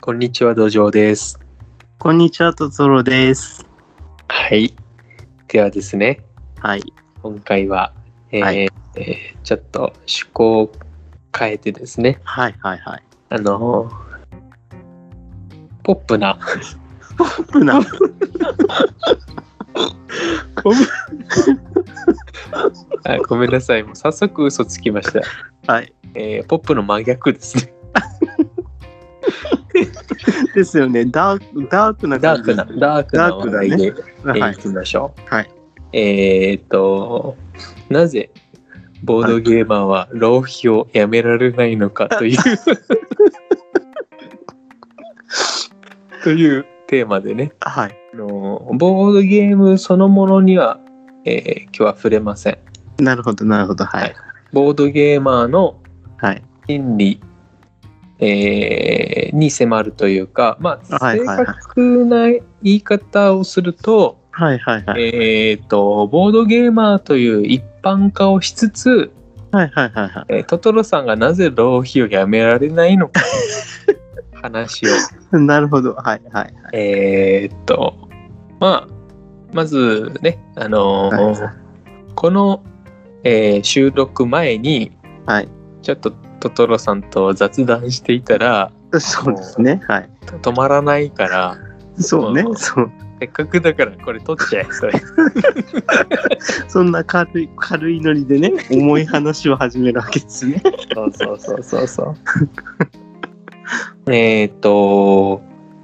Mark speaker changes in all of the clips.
Speaker 1: こんにちは、土壌です。
Speaker 2: こんにちは、とつろです。
Speaker 1: はい。ではですね、
Speaker 2: はい。
Speaker 1: 今回は、えー
Speaker 2: はい
Speaker 1: えーちょっと趣向を変えてですね、
Speaker 2: はいはいはい。
Speaker 1: あのポップな、
Speaker 2: ポップな。
Speaker 1: あごめんなさい、もう早速嘘つきました。
Speaker 2: はい。
Speaker 1: えーポップの真逆です ね。
Speaker 2: ですよね。ダーク、ダークな
Speaker 1: ダー
Speaker 2: 感
Speaker 1: ク
Speaker 2: じ。
Speaker 1: な、ダークな
Speaker 2: ダー
Speaker 1: 話
Speaker 2: クだね
Speaker 1: 題で、え
Speaker 2: は
Speaker 1: ー
Speaker 2: い
Speaker 1: い。きましょう。
Speaker 2: はい。
Speaker 1: えーっと、なぜボードゲーマーは浪費をやめられないのかと いうというテーマでね、
Speaker 2: はい。
Speaker 1: あのボードゲームそのものには、えー今日は触れません。
Speaker 2: なるほど、なるほど。はい。
Speaker 1: ボードゲーマーの
Speaker 2: はい。
Speaker 1: 心理、えーに迫るというか、まあ、
Speaker 2: はい
Speaker 1: 正
Speaker 2: はいはい
Speaker 1: 確な言い方をすると、
Speaker 2: はいはいはい。
Speaker 1: えー、とボードゲーマーという一般化をしつつ、
Speaker 2: はいはいはいはい。
Speaker 1: えートトロさんがなぜ浪費をやめられないの か話を
Speaker 2: なるほど。はいはいはい。
Speaker 1: えー、とまあまずねあのー
Speaker 2: は
Speaker 1: この、えー収録前に
Speaker 2: はい。
Speaker 1: ちょっとトトロさんと雑談していたら
Speaker 2: そうですね。はい。
Speaker 1: 止まらないから
Speaker 2: そうね
Speaker 1: う。ん
Speaker 2: そう。
Speaker 1: せっかくだからこれ撮っちゃえそれ
Speaker 2: そんな軽い、軽いノリでね、重い話を始めるわけです ね。
Speaker 1: そうそうそうそうそう。 えっと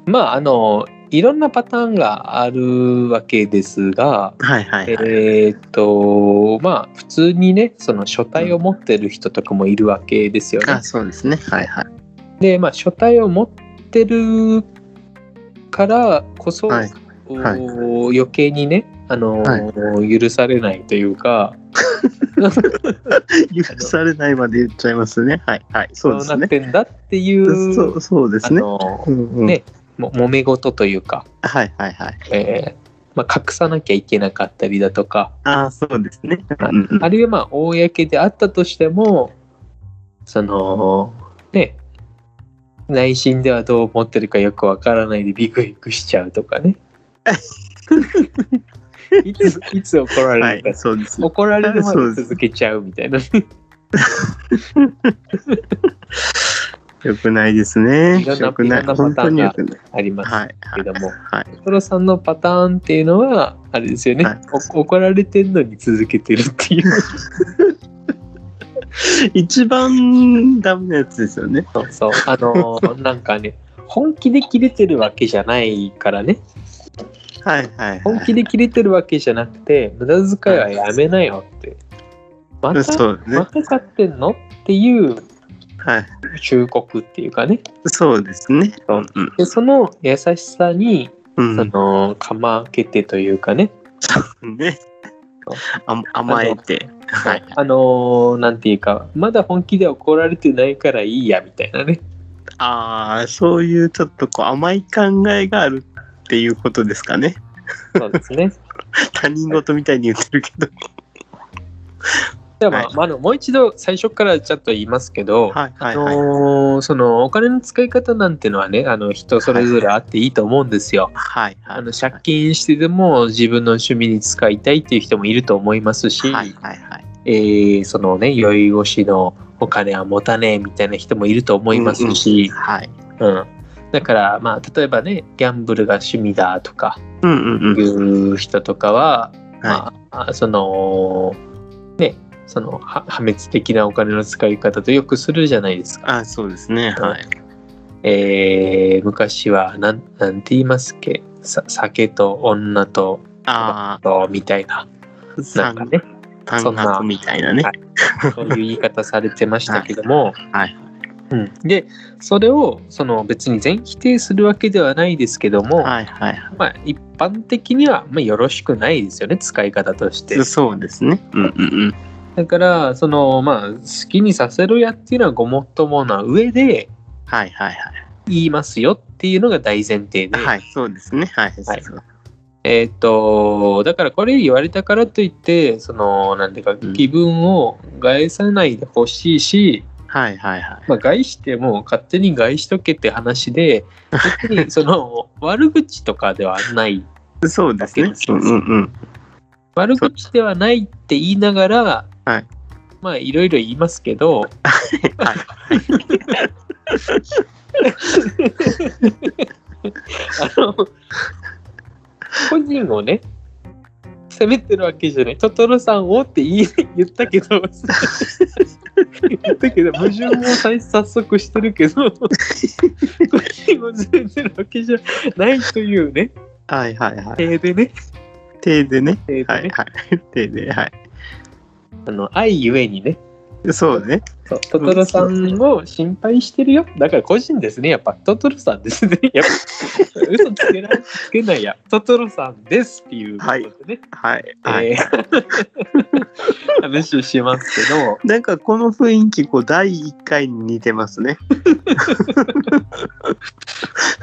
Speaker 1: まああのいろんなパターンがあるわけですが、
Speaker 2: はいはいはい。
Speaker 1: えっとまあ普通にねその書体を持ってる人とかもいるわけですよね
Speaker 2: あ、。そうですね。はいはい。
Speaker 1: でまあ書体を持ってるからこそ、
Speaker 2: はいはい
Speaker 1: お余計にねあの、許されないという か
Speaker 2: 許されないまで言っちゃいますね。はいはい。そ
Speaker 1: そううな
Speaker 2: です
Speaker 1: っ
Speaker 2: ね。
Speaker 1: てんだっていう
Speaker 2: そう、そうですね
Speaker 1: あ。の
Speaker 2: うんうん
Speaker 1: ねも揉め事というか、
Speaker 2: はいはいはい。
Speaker 1: えーまあ、隠さなきゃいけなかったりだとか、
Speaker 2: ああ、そうですね。
Speaker 1: あ
Speaker 2: うんうん
Speaker 1: あるいはまあ公であったとしてもそのね内心ではどう思ってるかよくわからないでビクビクしちゃうとかね いついつ怒ら
Speaker 2: は
Speaker 1: れるか、
Speaker 2: い、そうです。
Speaker 1: 怒られるま
Speaker 2: そう
Speaker 1: で
Speaker 2: です
Speaker 1: 続けちゃうみたいな
Speaker 2: よくないですね。
Speaker 1: いろんな
Speaker 2: よくない。
Speaker 1: いろんな
Speaker 2: 本
Speaker 1: パター
Speaker 2: 当
Speaker 1: ン
Speaker 2: に
Speaker 1: が
Speaker 2: よくない。
Speaker 1: あります
Speaker 2: はい、
Speaker 1: けども、
Speaker 2: はい、
Speaker 1: トロさんのパターンっていうのはあれですよね、
Speaker 2: はい
Speaker 1: お怒られてんのに続けてるっていう
Speaker 2: はい。一番ダメなやつですよね。
Speaker 1: そうそう。あの ーなんかね、本気で切れてるわけじゃないからね。
Speaker 2: はい、はい。
Speaker 1: 本気で切れてるわけじゃなくて、無駄遣いはやめなよって。ま
Speaker 2: はい。
Speaker 1: た、
Speaker 2: そうね
Speaker 1: ま。た買ってんのっていう
Speaker 2: はい。
Speaker 1: 忠告っていうかね。
Speaker 2: そうですね。
Speaker 1: そうで、その優しさに、
Speaker 2: うん。
Speaker 1: その、かまけてというかね。
Speaker 2: うん。ね。あ甘えて。はい。
Speaker 1: あのーなんていうか、まだ本気で怒られてないからいいや、みたいなね。
Speaker 2: ああ、そういうちょっとこう甘い考えがあるっていうことです かね。
Speaker 1: そうです ね。
Speaker 2: 他人事みたいに言ってるけど。
Speaker 1: では、まあ
Speaker 2: はい
Speaker 1: まああの、もう一度最初からちょっと言いますけど、
Speaker 2: はい、は
Speaker 1: あ
Speaker 2: い、はい。
Speaker 1: のーそのお金の使い方なんてのはねあの人それぞれあっていいと思うんですよ。
Speaker 2: はい、はい。
Speaker 1: あの借金してでも自分の趣味に使いたいっていう人もいると思いますし、
Speaker 2: はい、はい、はい。
Speaker 1: えーそのね酔い越しのお金は持たねえみたいな人もいると思いますし、
Speaker 2: はい。
Speaker 1: うんだからまあ例えばねギャンブルが趣味だとか
Speaker 2: うん、うん、
Speaker 1: い
Speaker 2: うん。
Speaker 1: う人とかは、
Speaker 2: は
Speaker 1: まああそのねそのは破滅的なお金の使い方とよくするじゃないですか
Speaker 2: い。。ああ、そうですね。はい。
Speaker 1: えー昔はなんなんて言いますっけさ酒と女と
Speaker 2: あ
Speaker 1: とみたいな
Speaker 2: あ、
Speaker 1: なんかね
Speaker 2: 単
Speaker 1: そんな
Speaker 2: 発みたいなね。
Speaker 1: はそういう言い方されてましたけども、
Speaker 2: はい。
Speaker 1: うん、でそれをその別に全否定するわけではないですけども、
Speaker 2: はいはいは
Speaker 1: まあ、一般的にはまあよろしくないですよね使い方として
Speaker 2: い。そうですね。うんうんうん。
Speaker 1: だからそのまあ好きにさせろやっていうのはごもっともな上で
Speaker 2: はいはいはい。
Speaker 1: 言いますよっていうのが大前提で、
Speaker 2: はい、そうですね。はい。
Speaker 1: はいえーっとだからこれ言われたからといってそのなんていうか気分を害さないでほしいし、
Speaker 2: はいはいはい。
Speaker 1: まあ、害しても勝手に害しとけって話で別にその悪口とかではない
Speaker 2: そうですね
Speaker 1: だ。け
Speaker 2: う
Speaker 1: ど
Speaker 2: んうんうん。
Speaker 1: 悪口ではないって言いながら、
Speaker 2: はい
Speaker 1: まあいろいろ言いますけど
Speaker 2: はい。
Speaker 1: あの個人をね責めてるわけじゃないトトロさんをって言い言ったけど言ったけど矛盾をさ早速してるけど個人を責めてるわけじゃないというね
Speaker 2: はいはいはい。
Speaker 1: 手でね
Speaker 2: 手でね。
Speaker 1: 手でね、
Speaker 2: はいはい。手で、は
Speaker 1: あの愛ゆえにね
Speaker 2: い。そうね。
Speaker 1: そうトトロさんを心配してるよ。だから個人ですね。やっぱトトロさんですね。やっぱ嘘つけないつけないや。トトロさんですっていうことでね。
Speaker 2: はい。はい。
Speaker 1: えー話をしますけど、
Speaker 2: なんかこの雰囲気、こう、第1回に似てますね。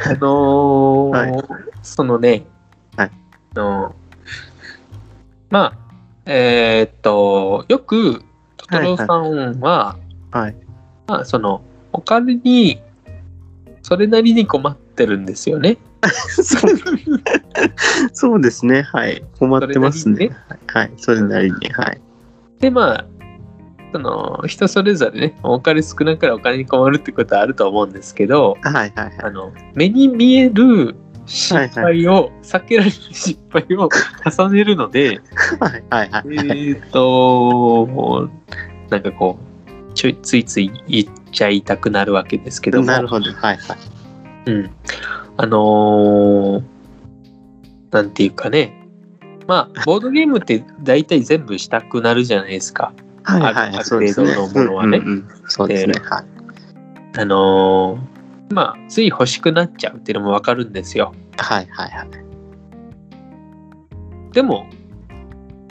Speaker 1: あのー
Speaker 2: はい
Speaker 1: そのね、
Speaker 2: はい
Speaker 1: あのーまあ、えーっと、よくトトロさんは、
Speaker 2: はいはい
Speaker 1: まあ、その、お金にそれなりに困ってるんですよ ね。
Speaker 2: そうそうですね。はい。困ってます
Speaker 1: それ
Speaker 2: ね
Speaker 1: な。
Speaker 2: はい。それなりに。はい。
Speaker 1: でまあその人それぞれねお金少なからお金に困るってことはあると思うんですけど
Speaker 2: はいはいはい。
Speaker 1: あの目に見える失敗を、避けられる失敗を重ねるので
Speaker 2: はいはいは
Speaker 1: え
Speaker 2: いはい。
Speaker 1: ーっともうなんかこうちょいついつい言っちゃいたくなるわけですけども
Speaker 2: なるほど。はいはい。
Speaker 1: うん、あのーなんていうかねまあボードゲームって大体全部したくなるじゃないですか。
Speaker 2: はい
Speaker 1: あ
Speaker 2: はい
Speaker 1: るあ
Speaker 2: はい。
Speaker 1: る
Speaker 2: そうですね。
Speaker 1: 程度のものはね
Speaker 2: うんうんうんそうですね。はい。
Speaker 1: あのーまあつい欲しくなっちゃうっていうのもわかるんですよ
Speaker 2: はいはいはい。
Speaker 1: でも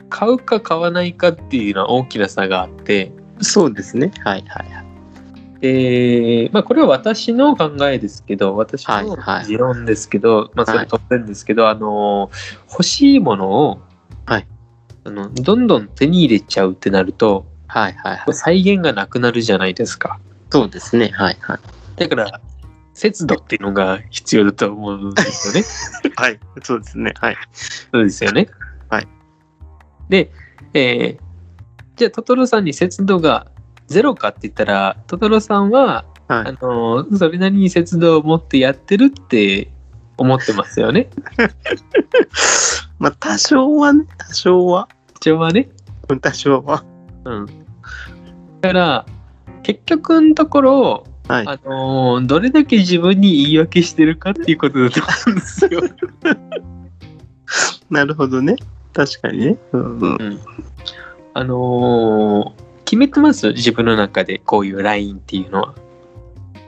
Speaker 1: 買うか買わないかっていうのは大きな差があって
Speaker 2: そうですね。はいはいはい。
Speaker 1: で、まあ、これは私の考えですけど私の
Speaker 2: はいはい
Speaker 1: 持論ですけど、まあそれ
Speaker 2: はい
Speaker 1: 当然ですけど、あのー欲しいものを、
Speaker 2: はい
Speaker 1: あのどんどん手に入れちゃうってなると
Speaker 2: はいはいはい。
Speaker 1: 再現がなくなるじゃないですか
Speaker 2: そうですね。はいはい。
Speaker 1: だから節度っていうのが必要だと思うんですよね
Speaker 2: はい。そうですね。はい。
Speaker 1: そうですよね。
Speaker 2: はい。
Speaker 1: で、えーじゃあトトロさんに節度がゼロかって言ったらトトロさんは、
Speaker 2: はい
Speaker 1: あのーそれなりに節度を持ってやってるって思ってますよね。
Speaker 2: まあ、多少はね、多少は、
Speaker 1: 一応はね。
Speaker 2: うん多少は。
Speaker 1: うん。だから結局のところ、
Speaker 2: はい。
Speaker 1: あのーどれだけ自分に言い訳してるかっていうことだと思うんですよ。
Speaker 2: なるほどね。確かにね。うんうん。
Speaker 1: あのー決めてます自分の中でこういうラインっていうのは。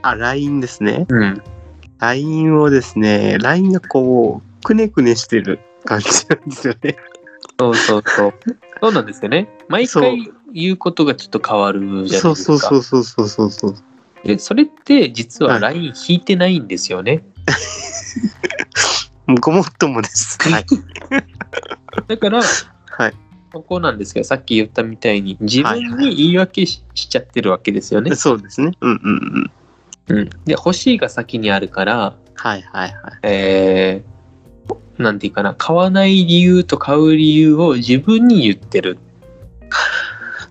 Speaker 2: あ、LINE ですね。
Speaker 1: うん。
Speaker 2: LINE をですね、LINE がこう、くねくねしてる感じなんですよね。
Speaker 1: そうそう そう。そうなんですよね。毎回言うことがちょっと変わるじゃないですか。
Speaker 2: そうそうそうそうそうそうそう。
Speaker 1: で、それって実は
Speaker 2: は
Speaker 1: LINE 引いてないんですよね。
Speaker 2: ごもっともです。 はい。
Speaker 1: だから、
Speaker 2: はい。
Speaker 1: ここなんですけど、さっき言ったみたいに、自分
Speaker 2: はいは
Speaker 1: に言い訳ししちゃってるわけですよね。
Speaker 2: そうですね。うんうんうん。
Speaker 1: うん、で、欲しいが先にあるから、
Speaker 2: はいはいはい。
Speaker 1: えー、なんていうかな、買わない理由と買う理由を自分に言ってる。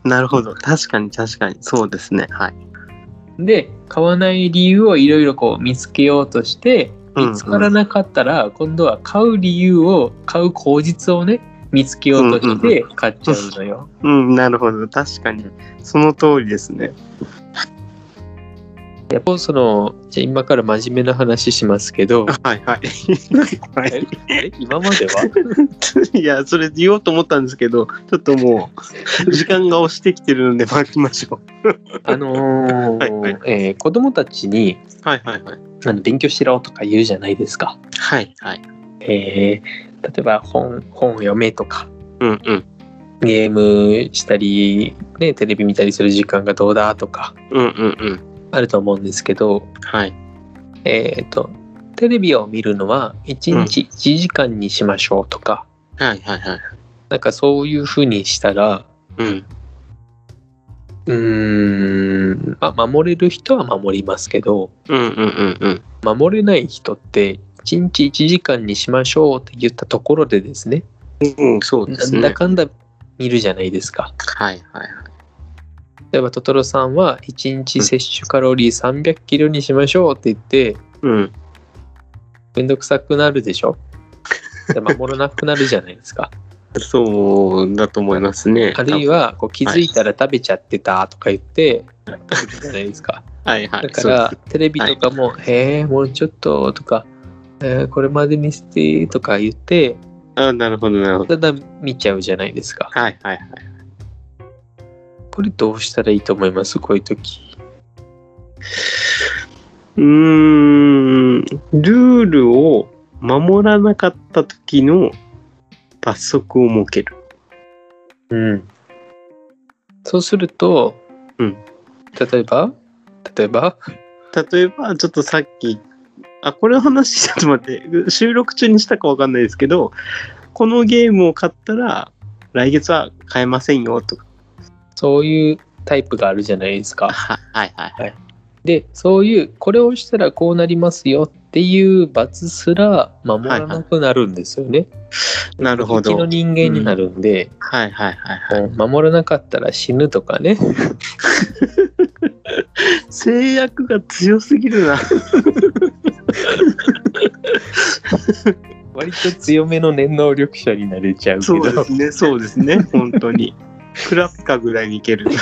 Speaker 2: なるほど。確かに確かに。そうですね。はい。
Speaker 1: で、買わない理由をいろいろこう見つけようとして、
Speaker 2: うんうん
Speaker 1: 見つからなかったら、今度は買う理由を買う口実をね見つけようとして買っちゃうのよ。
Speaker 2: うん、なるほど。確かに。その通りですね。
Speaker 1: やっぱそのじゃあ今から真面目な話しますけ ど
Speaker 2: はいはい。は
Speaker 1: えあれ今までは
Speaker 2: い。いや、それ言おうと思ったんですけど、ちょっともう、時間が押してきてるので、巻きましょう。
Speaker 1: あのー
Speaker 2: はいはい
Speaker 1: えー子供たちに
Speaker 2: はいはいはい。
Speaker 1: あの勉強しろとか言うじゃないですか。
Speaker 2: はいはい。
Speaker 1: えー例えば本本を読めとか
Speaker 2: うんうん。
Speaker 1: ゲームしたり、ね、テレビ見たりする時間がどうだとか
Speaker 2: うんうんうん。
Speaker 1: あると思うんですけど
Speaker 2: はい。
Speaker 1: えっ、と、テレビを見るのは1日1時間にしましょうとか、
Speaker 2: はいはいはい。
Speaker 1: なんかそういうふうにしたら、
Speaker 2: うん。
Speaker 1: うーん、まあ、守れる人は守りますけど、
Speaker 2: うんうんうんうん。
Speaker 1: 守れない人って、1日1時間にしましょうって言ったところでですね、
Speaker 2: うん、そうで
Speaker 1: な
Speaker 2: す
Speaker 1: んだ
Speaker 2: ね。
Speaker 1: かんだ見るじゃないですか。
Speaker 2: はいはいはい。
Speaker 1: 例えば、トトロさんは1日摂取カロリー300キロにしましょうって言って、
Speaker 2: うん。
Speaker 1: めんどくさくなるでしょ で守らなくなるじゃないですか。
Speaker 2: そうだと思いますね。
Speaker 1: あるい
Speaker 2: は、
Speaker 1: はこう気づいたら食べちゃってたとか言って、食べるじゃないですか。
Speaker 2: はいはい。
Speaker 1: だから、テレビとかも「へえもうちょっと」とか、えーこれまで見せて」とか言って
Speaker 2: そうあなるほどなるほど。
Speaker 1: ただ見ちゃうじゃないですか
Speaker 2: はいはいはい。
Speaker 1: これどうしたらいいと思いますこういう時
Speaker 2: うーん、ルールを守らなかった時の罰則を設ける。
Speaker 1: うんそうすると、
Speaker 2: うん
Speaker 1: 例えば例えば
Speaker 2: 例えば、ちょっとさっき、あ、これの話、ちょっと待って、収録中にしたかわかんないですけど、このゲームを買ったら、来月は買えませんよとか。
Speaker 1: そういうタイプがあるじゃないですか
Speaker 2: ははいはい。
Speaker 1: でそういうこれをしたらこうなりますよっていう罰すら守らなくなるんですよね、
Speaker 2: なるほ
Speaker 1: 時の
Speaker 2: ど。
Speaker 1: 人間になるんで、
Speaker 2: はいはいはいはい。
Speaker 1: もう守らなかったら死ぬとかね
Speaker 2: 制約が強すぎるな。
Speaker 1: 割と強めの念能力者になれちゃうけ
Speaker 2: そうで
Speaker 1: ど
Speaker 2: すね、そうですね、本当に。クラッカぐらいにいける。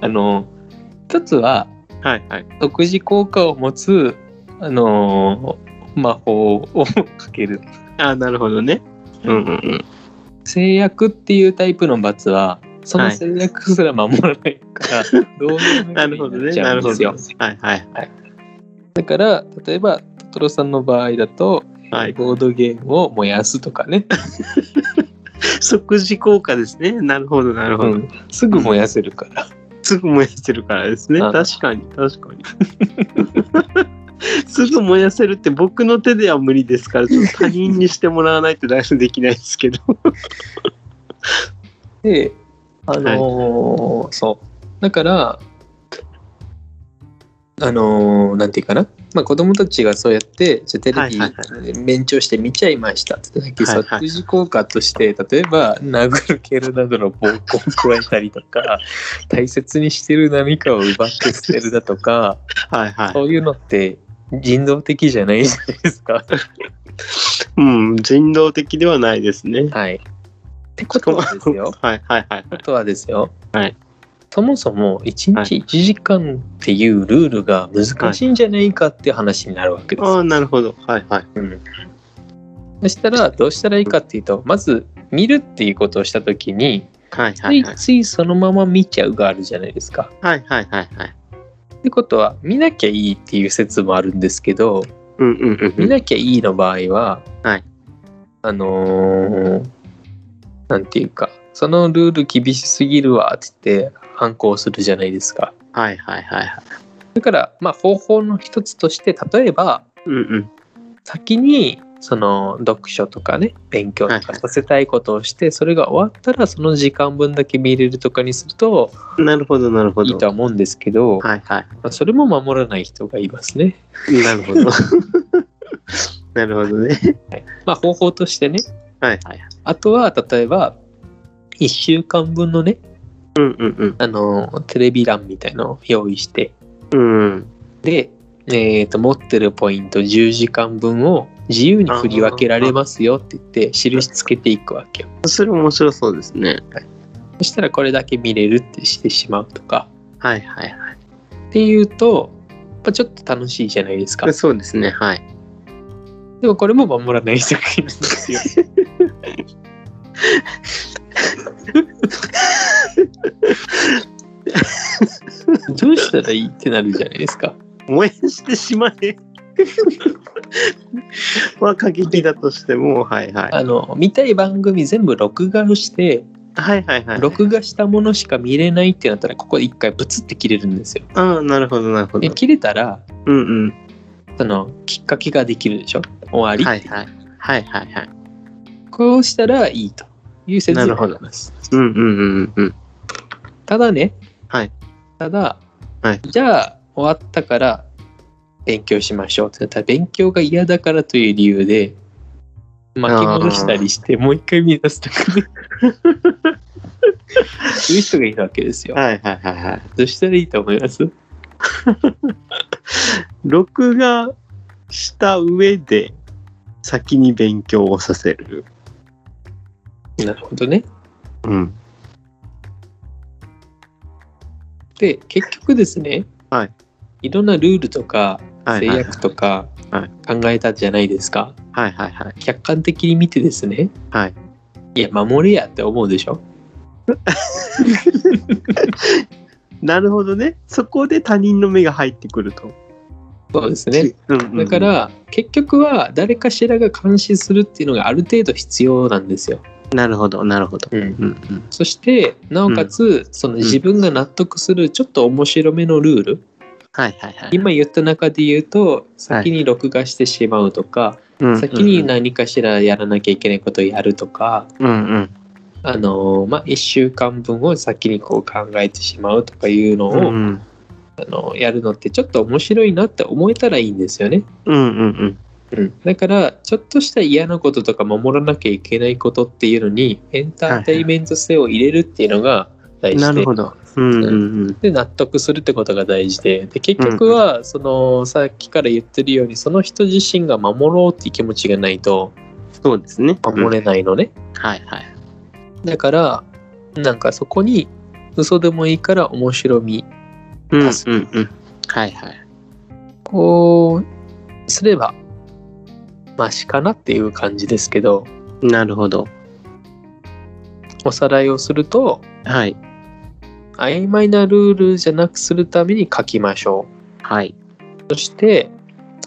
Speaker 1: あの一つは
Speaker 2: はいはい。
Speaker 1: 独自効果を持つあの魔法をかける
Speaker 2: あなるほどね。うんうんうん。
Speaker 1: 制約っていうタイプの罰はその制約すら守らない から、どうでも
Speaker 2: なる
Speaker 1: よ
Speaker 2: ほ
Speaker 1: う
Speaker 2: ど
Speaker 1: にな
Speaker 2: ね。
Speaker 1: っち
Speaker 2: な
Speaker 1: ゃう
Speaker 2: る
Speaker 1: んで
Speaker 2: ほ
Speaker 1: す
Speaker 2: ど。
Speaker 1: よ
Speaker 2: はいはい。
Speaker 1: だから例えばトトロさんの場合だと、
Speaker 2: はい。
Speaker 1: ボードゲームを燃やすとかね、
Speaker 2: 即時効果ですね。なるほど、なるほど。
Speaker 1: うんすぐ燃やせるから、
Speaker 2: すぐ燃やせるからですね。
Speaker 1: うん
Speaker 2: 確かに、確かに。 すぐ燃やせるって僕の手では無理ですから、ちょっと他人にしてもらわないと大丈夫できないですけど。
Speaker 1: で、あのーそう。だから、あのーなんていうかな。まあ子供たちがそうやって、じゃあテレビ、
Speaker 2: はい
Speaker 1: 勉強して見ちゃいましたって時、
Speaker 2: はいはい
Speaker 1: 即時効果として、例えば殴る蹴るなどの暴行を加えたりと か、大切にしてる何かを奪って捨てるだとか、
Speaker 2: はいはい。
Speaker 1: そういうのって人道的じゃないじゃないですか。
Speaker 2: うん、人道的ではないですね。
Speaker 1: はい。 ってことはですよ。
Speaker 2: はいはいはい
Speaker 1: あ
Speaker 2: は
Speaker 1: とはですよ、
Speaker 2: はい
Speaker 1: そもそも1日1時間っていうルールが難しいんじゃないかっていう話になるわけ
Speaker 2: い。
Speaker 1: ですよ、
Speaker 2: ああ、なるほど。はいはい。
Speaker 1: うんそしたらどうしたらいいかっていうとまず見るっていうことをした時に
Speaker 2: はい
Speaker 1: つ
Speaker 2: はい
Speaker 1: い
Speaker 2: はい。
Speaker 1: ついそのまま見ちゃうがあるじゃないですか。
Speaker 2: はいはいはいはい。
Speaker 1: ってことは見なきゃいいっていう説もあるんですけど
Speaker 2: うんうんうんう
Speaker 1: 見
Speaker 2: ん。
Speaker 1: なきゃいいの場合は、
Speaker 2: はい
Speaker 1: あのーなんていうかそのルール厳しすぎるわって言って反抗するじゃないですか。
Speaker 2: はいはいはいはい。
Speaker 1: だから、まあ、方法の一つとして例えば
Speaker 2: うんうん。
Speaker 1: 先にその読書とかね勉強とかさせたいことをして、それが終わったらその時間分だけ見れるとかにすると
Speaker 2: なるほどなるほ
Speaker 1: い
Speaker 2: ど。
Speaker 1: いとは思うんですけど、
Speaker 2: はいは
Speaker 1: ま
Speaker 2: い。
Speaker 1: あそれも守らない人がいますね。
Speaker 2: なるほど。 なるほどね。
Speaker 1: まあ、方法としてね
Speaker 2: はいはい。
Speaker 1: あとは例えば1週間分のね
Speaker 2: うんうん
Speaker 1: あのテレビ欄みたいのを用意して
Speaker 2: うん。うん。
Speaker 1: で、えー、と持ってるポイント10時間分を自由に振り分けられますよって言って印つけていくわけよ。
Speaker 2: それ面白そうですね。
Speaker 1: そしたらこれだけ見れるってしてしまうとか
Speaker 2: はいはいは
Speaker 1: っていうとやっぱちょっと楽しいじゃないですか
Speaker 2: い。そうですね。はい。
Speaker 1: でもこれも守らない作品なんですよどうしたらいいってなるじゃないですか
Speaker 2: 燃やしてしまえ。 は過激だとしても、はいはい。
Speaker 1: あの見たい番組全部録画をして
Speaker 2: はいはいはい。
Speaker 1: 録画したものしか見れないってなったらここで一回ブツって切れるんですよ
Speaker 2: ああ、なるほどなるほ
Speaker 1: で
Speaker 2: ど。
Speaker 1: 切れたら
Speaker 2: うんうん。
Speaker 1: そのきっかけができるでしょ終わり、
Speaker 2: はいはい。はいはいはい。
Speaker 1: こうしたらいいという説
Speaker 2: な
Speaker 1: 明
Speaker 2: るほ
Speaker 1: に
Speaker 2: ど
Speaker 1: なります
Speaker 2: うんうんうんうん。
Speaker 1: ただね、
Speaker 2: はい
Speaker 1: ただ、
Speaker 2: はい
Speaker 1: じゃあ終わったから勉強しましょうってなったら勉強が嫌だからという理由で巻き戻したりしてもう一回見出すとか ねそういう人がいるわけですよ。
Speaker 2: はいはいはいはい。
Speaker 1: どうしたらいいと思います
Speaker 2: 録画した上で先に勉強をさせる。
Speaker 1: なるほどね。
Speaker 2: うん。
Speaker 1: で結局ですね、
Speaker 2: はい、
Speaker 1: ろんなルールとか
Speaker 2: はい
Speaker 1: 制
Speaker 2: はいはい
Speaker 1: 約とか
Speaker 2: はい
Speaker 1: 考えたじゃないですか。
Speaker 2: はいはいはい。
Speaker 1: 客観的に見てですね、
Speaker 2: はい、
Speaker 1: いや守れやって思うでしょ
Speaker 2: なるほどね。そこで他人の目が入ってくると。
Speaker 1: そうですね。
Speaker 2: うんうんうん
Speaker 1: だか、ら結局は誰かしらが監視するっていうのがある程度必要なんですよ。
Speaker 2: なるほど、なるほど。うんうん。
Speaker 1: そしてなおかつ、その自分が納得するちょっと面白めのルール、
Speaker 2: はいはいはい。
Speaker 1: 今言った中で言うと先に録画してしまうとか、
Speaker 2: うんうんうん
Speaker 1: 先に何かしらやらなきゃいけないことをやるとか、
Speaker 2: うんうん。
Speaker 1: あのまあ、1週間分を先にこう考えてしまうとかいうのを、
Speaker 2: うんうん
Speaker 1: あのやるのってちょっと面白いなって思えたらいいんですよね。
Speaker 2: うんうん
Speaker 1: うん、だからちょっとした嫌なこととか守らなきゃいけないことっていうのにエンターテインメント性を入れるっていうのが
Speaker 2: う
Speaker 1: 大
Speaker 2: ん。
Speaker 1: 事
Speaker 2: なる
Speaker 1: で
Speaker 2: ほど。うんうんうん。
Speaker 1: で納得するってことが大事でで結局はそのさっきから言ってるようにその人自身が守ろうっていう気持ちがないと
Speaker 2: そうですね。
Speaker 1: 守れないのね。
Speaker 2: うんはいはい。
Speaker 1: だからなんかそこに嘘でもいいから面白み
Speaker 2: うんうん
Speaker 1: パス
Speaker 2: うん。はいはい。
Speaker 1: こうすればマシかなっていう感じですけど
Speaker 2: なるほど。
Speaker 1: おさらいをすると
Speaker 2: はい
Speaker 1: 曖昧なルールじゃなくするために書きましょ
Speaker 2: はい。
Speaker 1: うそして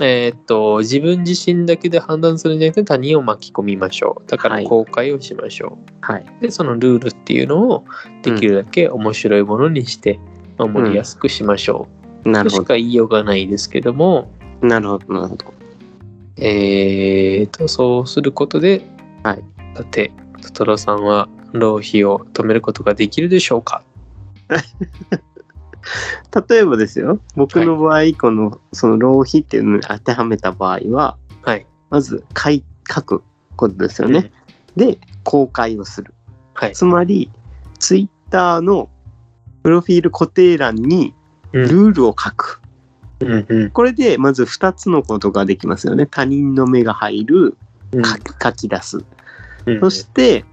Speaker 1: えーっと自分自身だけで判断するんじゃなくて他人を巻き込みましょうだか
Speaker 2: は
Speaker 1: ら
Speaker 2: い
Speaker 1: 公開をしましょ、。
Speaker 2: はいう
Speaker 1: でそのルールっていうのをできるだけ面白いものにして守りやすくしましょう、
Speaker 2: な
Speaker 1: と
Speaker 2: る
Speaker 1: し
Speaker 2: ほ
Speaker 1: か言いようがないですけども、
Speaker 2: ど。なるほど。なるほど。
Speaker 1: えー、とそうすることで、
Speaker 2: はい、
Speaker 1: さてトトロさんは浪費を止めることができるでしょうか
Speaker 2: 例えばですよ、僕の場合、この、その浪費っていうのに当てはめた場合は、
Speaker 1: はい
Speaker 2: まず、書い書くことですよね。で、公開をする。
Speaker 1: はい、
Speaker 2: つまり、ツイッターのプロフィール固定欄に
Speaker 1: う
Speaker 2: ル
Speaker 1: ん
Speaker 2: ールを書く。
Speaker 1: うんうん
Speaker 2: これで、まず2つのことができますよね。他人の目が入る、
Speaker 1: うん
Speaker 2: 書き書き出す。
Speaker 1: うん
Speaker 2: そして、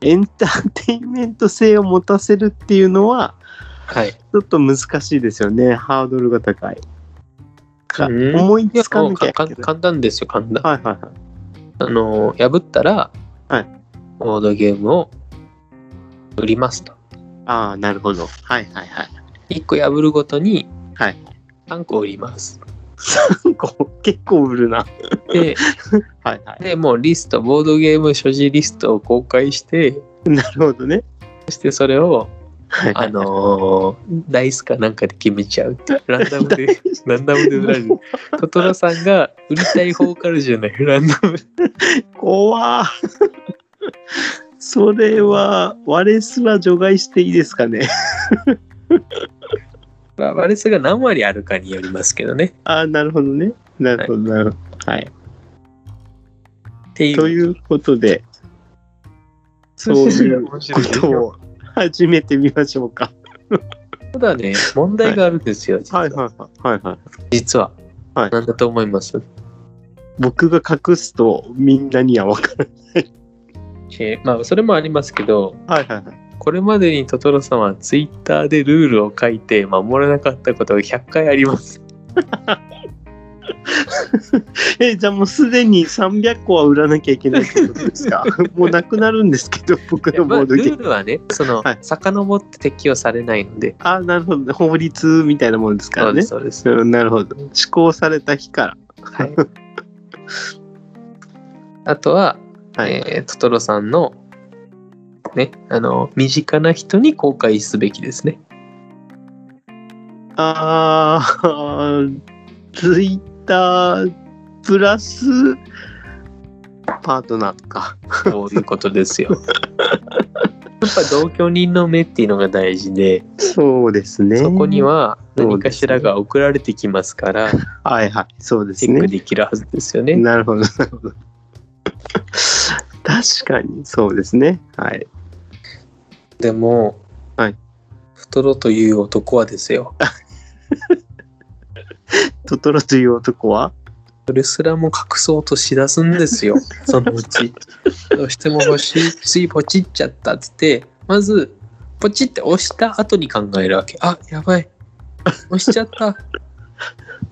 Speaker 2: エンターテインメント性を持たせるっていうのは、
Speaker 1: はい、
Speaker 2: ちょっと難しいですよね。ハードルが高い。か
Speaker 1: うん
Speaker 2: 思い
Speaker 1: いや
Speaker 2: つかなきゃい
Speaker 1: か
Speaker 2: け
Speaker 1: ん
Speaker 2: ない。
Speaker 1: 簡単ですよ簡単
Speaker 2: はいはいはい。
Speaker 1: あの破ったら、
Speaker 2: はい
Speaker 1: ボードゲームを売りますと
Speaker 2: ああ、なるほど。はいはいはい。
Speaker 1: 1個破るごとに
Speaker 2: はい
Speaker 1: 3個売ります
Speaker 2: 3個、結構売るな。
Speaker 1: で
Speaker 2: はいはい。
Speaker 1: でもうリストボードゲーム所持リストを公開して
Speaker 2: なるほどね。
Speaker 1: そしてそれを
Speaker 2: はいは
Speaker 1: あ
Speaker 2: い。
Speaker 1: のーダイスかなんかで決めちゃうってラン ダムでランダムで売られるトトロさんが売りたい方からじゃないランダム
Speaker 2: 怖ー それは、我すら除外していいですかね。
Speaker 1: まあ割れ数が何割あるかによりますけどね
Speaker 2: ああ、なるほどね。なるほど、なるほど。はい。
Speaker 1: っていう
Speaker 2: ということで、そういう
Speaker 1: 面白
Speaker 2: こ
Speaker 1: いです
Speaker 2: と
Speaker 1: よ
Speaker 2: を始めてみましょうか。
Speaker 1: ただね問題があるんですよ、実は,、
Speaker 2: いはいはい。
Speaker 1: 実は
Speaker 2: はい
Speaker 1: 何だと思います
Speaker 2: 僕が隠すとみんなには分かる。
Speaker 1: えーまあそれもありますけど
Speaker 2: はいはいはい。
Speaker 1: これまでにトトロさんはツイッターでルールを書いて守らなかったことが100回あります
Speaker 2: え、じゃあもうすでに300個は売らなきゃいけないってことです かもうなくなるん ですけど、僕
Speaker 1: いや
Speaker 2: のボ
Speaker 1: まあ
Speaker 2: ード
Speaker 1: ル
Speaker 2: ゲー
Speaker 1: ー
Speaker 2: ム。
Speaker 1: ルはねその、
Speaker 2: はい
Speaker 1: 遡って適用されないので
Speaker 2: あ、なるほどね。法律みたいなものですか
Speaker 1: そ
Speaker 2: ら
Speaker 1: うで
Speaker 2: ね
Speaker 1: す。そうです。
Speaker 2: うん、なるほど。施行された日から。
Speaker 1: はい、あとは、
Speaker 2: はい。
Speaker 1: えートトロさんの、ね、あの身近な人に公開すべきですね。
Speaker 2: あー、ツイッタープラスパートナーとか。
Speaker 1: そういうことですよ。やっぱ同居人の目っていうのが大事で、
Speaker 2: そうですね。
Speaker 1: そこには
Speaker 2: そうですね
Speaker 1: 何かしらが送られてきますから、
Speaker 2: はいはい、そうで
Speaker 1: チ
Speaker 2: す
Speaker 1: ェック
Speaker 2: ね。
Speaker 1: できるはずですよね。
Speaker 2: なるほど、なるほど。確かに、そうですね。はい。
Speaker 1: でも、
Speaker 2: はい
Speaker 1: トロという男はですよ、
Speaker 2: トトロという男は
Speaker 1: それすらも隠そうとしだすんですよ、そのうち。どうしても欲しい、ついポチっちゃったっつって、まず、ポチって押した後に考えるわけ。あ、やばい。押しちゃった。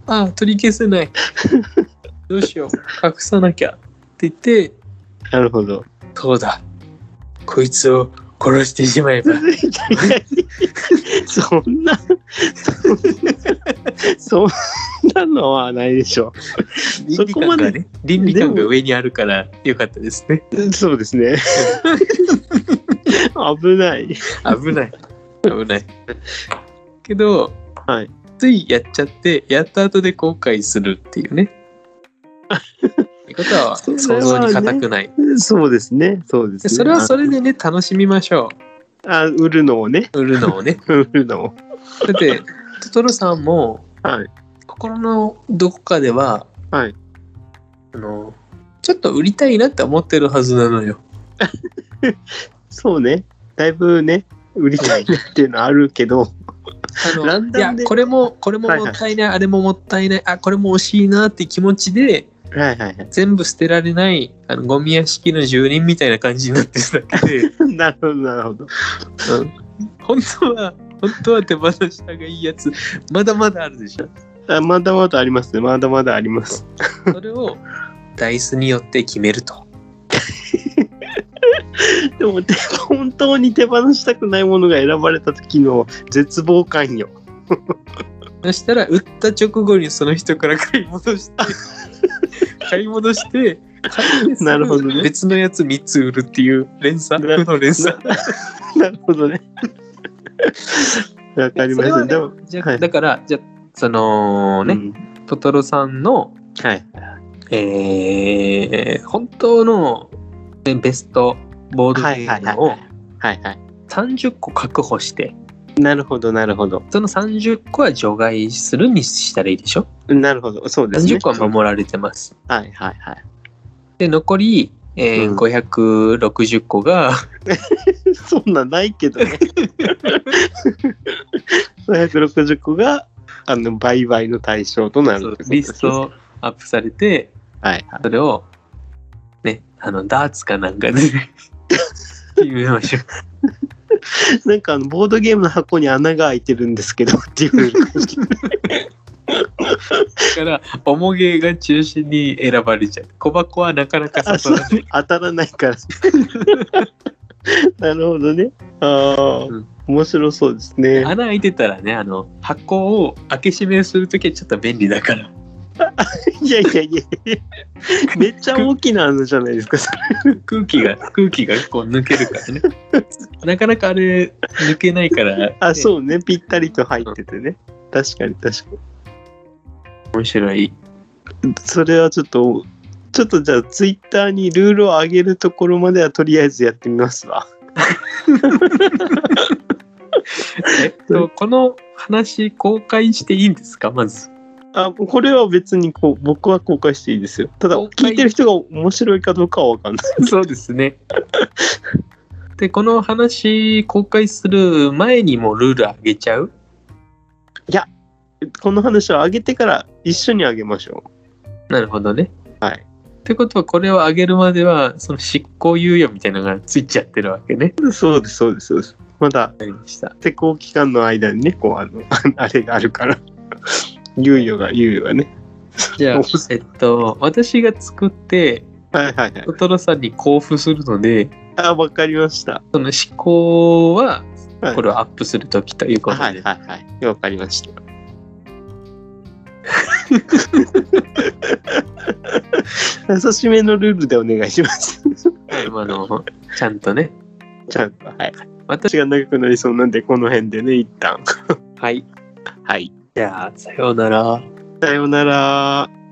Speaker 1: あ、取り消せない。どうしよう。隠さなきゃ。って言って、
Speaker 2: なるほど。
Speaker 1: そうだ。こいつを殺してしま えば。
Speaker 2: そんな、そんな、そんなのはないでしょ
Speaker 1: 倫理観がね、倫理観が上にあるからよかったですね。
Speaker 2: う。そうですね。 危ない。
Speaker 1: 危ない。危ない。けど、
Speaker 2: はい
Speaker 1: ついやっちゃって、やった後で後悔するっていう ね。ってことは、
Speaker 2: それ
Speaker 1: 想
Speaker 2: はね
Speaker 1: 像に固くない。
Speaker 2: そうですね。そうです
Speaker 1: で
Speaker 2: ね。
Speaker 1: それはそれでね、楽しみましょ
Speaker 2: あ、売るのをね。
Speaker 1: う。売るのをね。
Speaker 2: 売るのを。
Speaker 1: だって、トトロさんも、
Speaker 2: はい。
Speaker 1: 心のどこかでは、
Speaker 2: はい
Speaker 1: あの、ちょっと売りたいなって思ってるはずなのよ。
Speaker 2: そうね。だいぶね、売りたいなっていうのはあるけど、
Speaker 1: あの
Speaker 2: ランダムで
Speaker 1: いやこれもこれも
Speaker 2: はい
Speaker 1: も
Speaker 2: はい
Speaker 1: ったいない、あれももったいないあこれも惜しいなって気持ちで
Speaker 2: はいはいはい。
Speaker 1: 全部捨てられないあのゴミ屋敷の住人みたいな感じになってるだけで、
Speaker 2: なるほど、なるほど。
Speaker 1: うん本当は本当は手放した方がいいやつまだまだあるでしょ
Speaker 2: あまだまだありますね。まだまだあります。
Speaker 1: それをダイスによって決めると
Speaker 2: でも、で本当に手放したくないものが選ばれた時の絶望 感よ。
Speaker 1: そしたら売った直後にその人から買い戻 して買い戻して買ってすぐ
Speaker 2: なるほどね
Speaker 1: 別のやつ3つ売るっていう連鎖
Speaker 2: な
Speaker 1: 負の連鎖
Speaker 2: なるほどね。わかり
Speaker 1: そ
Speaker 2: ま
Speaker 1: れは
Speaker 2: す
Speaker 1: ね
Speaker 2: でも、
Speaker 1: じゃ、
Speaker 2: はい
Speaker 1: だからじゃそのね、
Speaker 2: うん
Speaker 1: トトロさんの、
Speaker 2: はい。
Speaker 1: えー本当の、ね、ベストボードゲ
Speaker 2: はいは
Speaker 1: ー
Speaker 2: い
Speaker 1: ムを
Speaker 2: はいはい。
Speaker 1: 30個確保して
Speaker 2: なるほど、なるほど。
Speaker 1: その30個は除外するにしたらいいでしょ
Speaker 2: なるほど。そうですね。
Speaker 1: 30個は守られてます
Speaker 2: はいはいはい。
Speaker 1: で残り、えー
Speaker 2: うん
Speaker 1: 560個が
Speaker 2: そんなんないけどね。560個が、あの、売買の対象となるってことですね
Speaker 1: リス。トアップされて
Speaker 2: はいはい。
Speaker 1: それをねあのダーツかなんかで決めましょう
Speaker 2: なんかあのボードゲームの箱に穴が開いてるんですけど っていう
Speaker 1: だ から、重げが中心に選ばれちゃう。小箱はなかなか
Speaker 2: あ
Speaker 1: 刺
Speaker 2: そ
Speaker 1: さら
Speaker 2: う
Speaker 1: ない。
Speaker 2: 当たらないからなるほどねああ、
Speaker 1: うん
Speaker 2: 面白そうですね
Speaker 1: 穴開いてたらね、あの、箱を開け閉めするときはちょっと便利だから。
Speaker 2: いやいやいやめっちゃ大きな穴じゃないですかそれ
Speaker 1: 空気が、空気がこう抜けるから ね。なかなかあれ、抜けないから、
Speaker 2: あ
Speaker 1: う。
Speaker 2: そうねぴったりと入っててね確かに確か
Speaker 1: 面白 い。
Speaker 2: にそれはちょっとちょっとじゃあツイッターにルールを上げるところまではとりあえずやってみますわ
Speaker 1: えっと、この話、公開していいんですかまず。
Speaker 2: あこれは別にこう僕は公開していいですよただ
Speaker 1: 公開
Speaker 2: 聞いてる人が面白いかどうかは分かんない
Speaker 1: そうですね。 で、この話、公開する前にもルールあげちゃう
Speaker 2: この話を上げてから一緒に上げましょ
Speaker 1: なるほどね。
Speaker 2: はい。
Speaker 1: ってことはこれを上げるまではその執行猶予みたいなのがついちゃってるわけね。
Speaker 2: う。そうです、そうです、そうです。まだ
Speaker 1: わかりました。
Speaker 2: 施工期間の間にね、こう、あの、 あれがあるから。猶予が、猶予がね。
Speaker 1: じゃあ
Speaker 2: おす、
Speaker 1: えっと、私が作って、
Speaker 2: はいはいはい
Speaker 1: ト。トロさんに交付するので、
Speaker 2: あ、わかりました。
Speaker 1: その執行は
Speaker 2: はい
Speaker 1: これをアップするときということで、
Speaker 2: はいはいはい。わかりました。 優しめのルールでお願いします。
Speaker 1: あのちゃんとね、
Speaker 2: ちゃんと、はい。
Speaker 1: 私
Speaker 2: 私が長くなりそうなんで、この辺でね、一旦。
Speaker 1: はい。
Speaker 2: はい。
Speaker 1: じゃあ、さようなら。
Speaker 2: さようなら。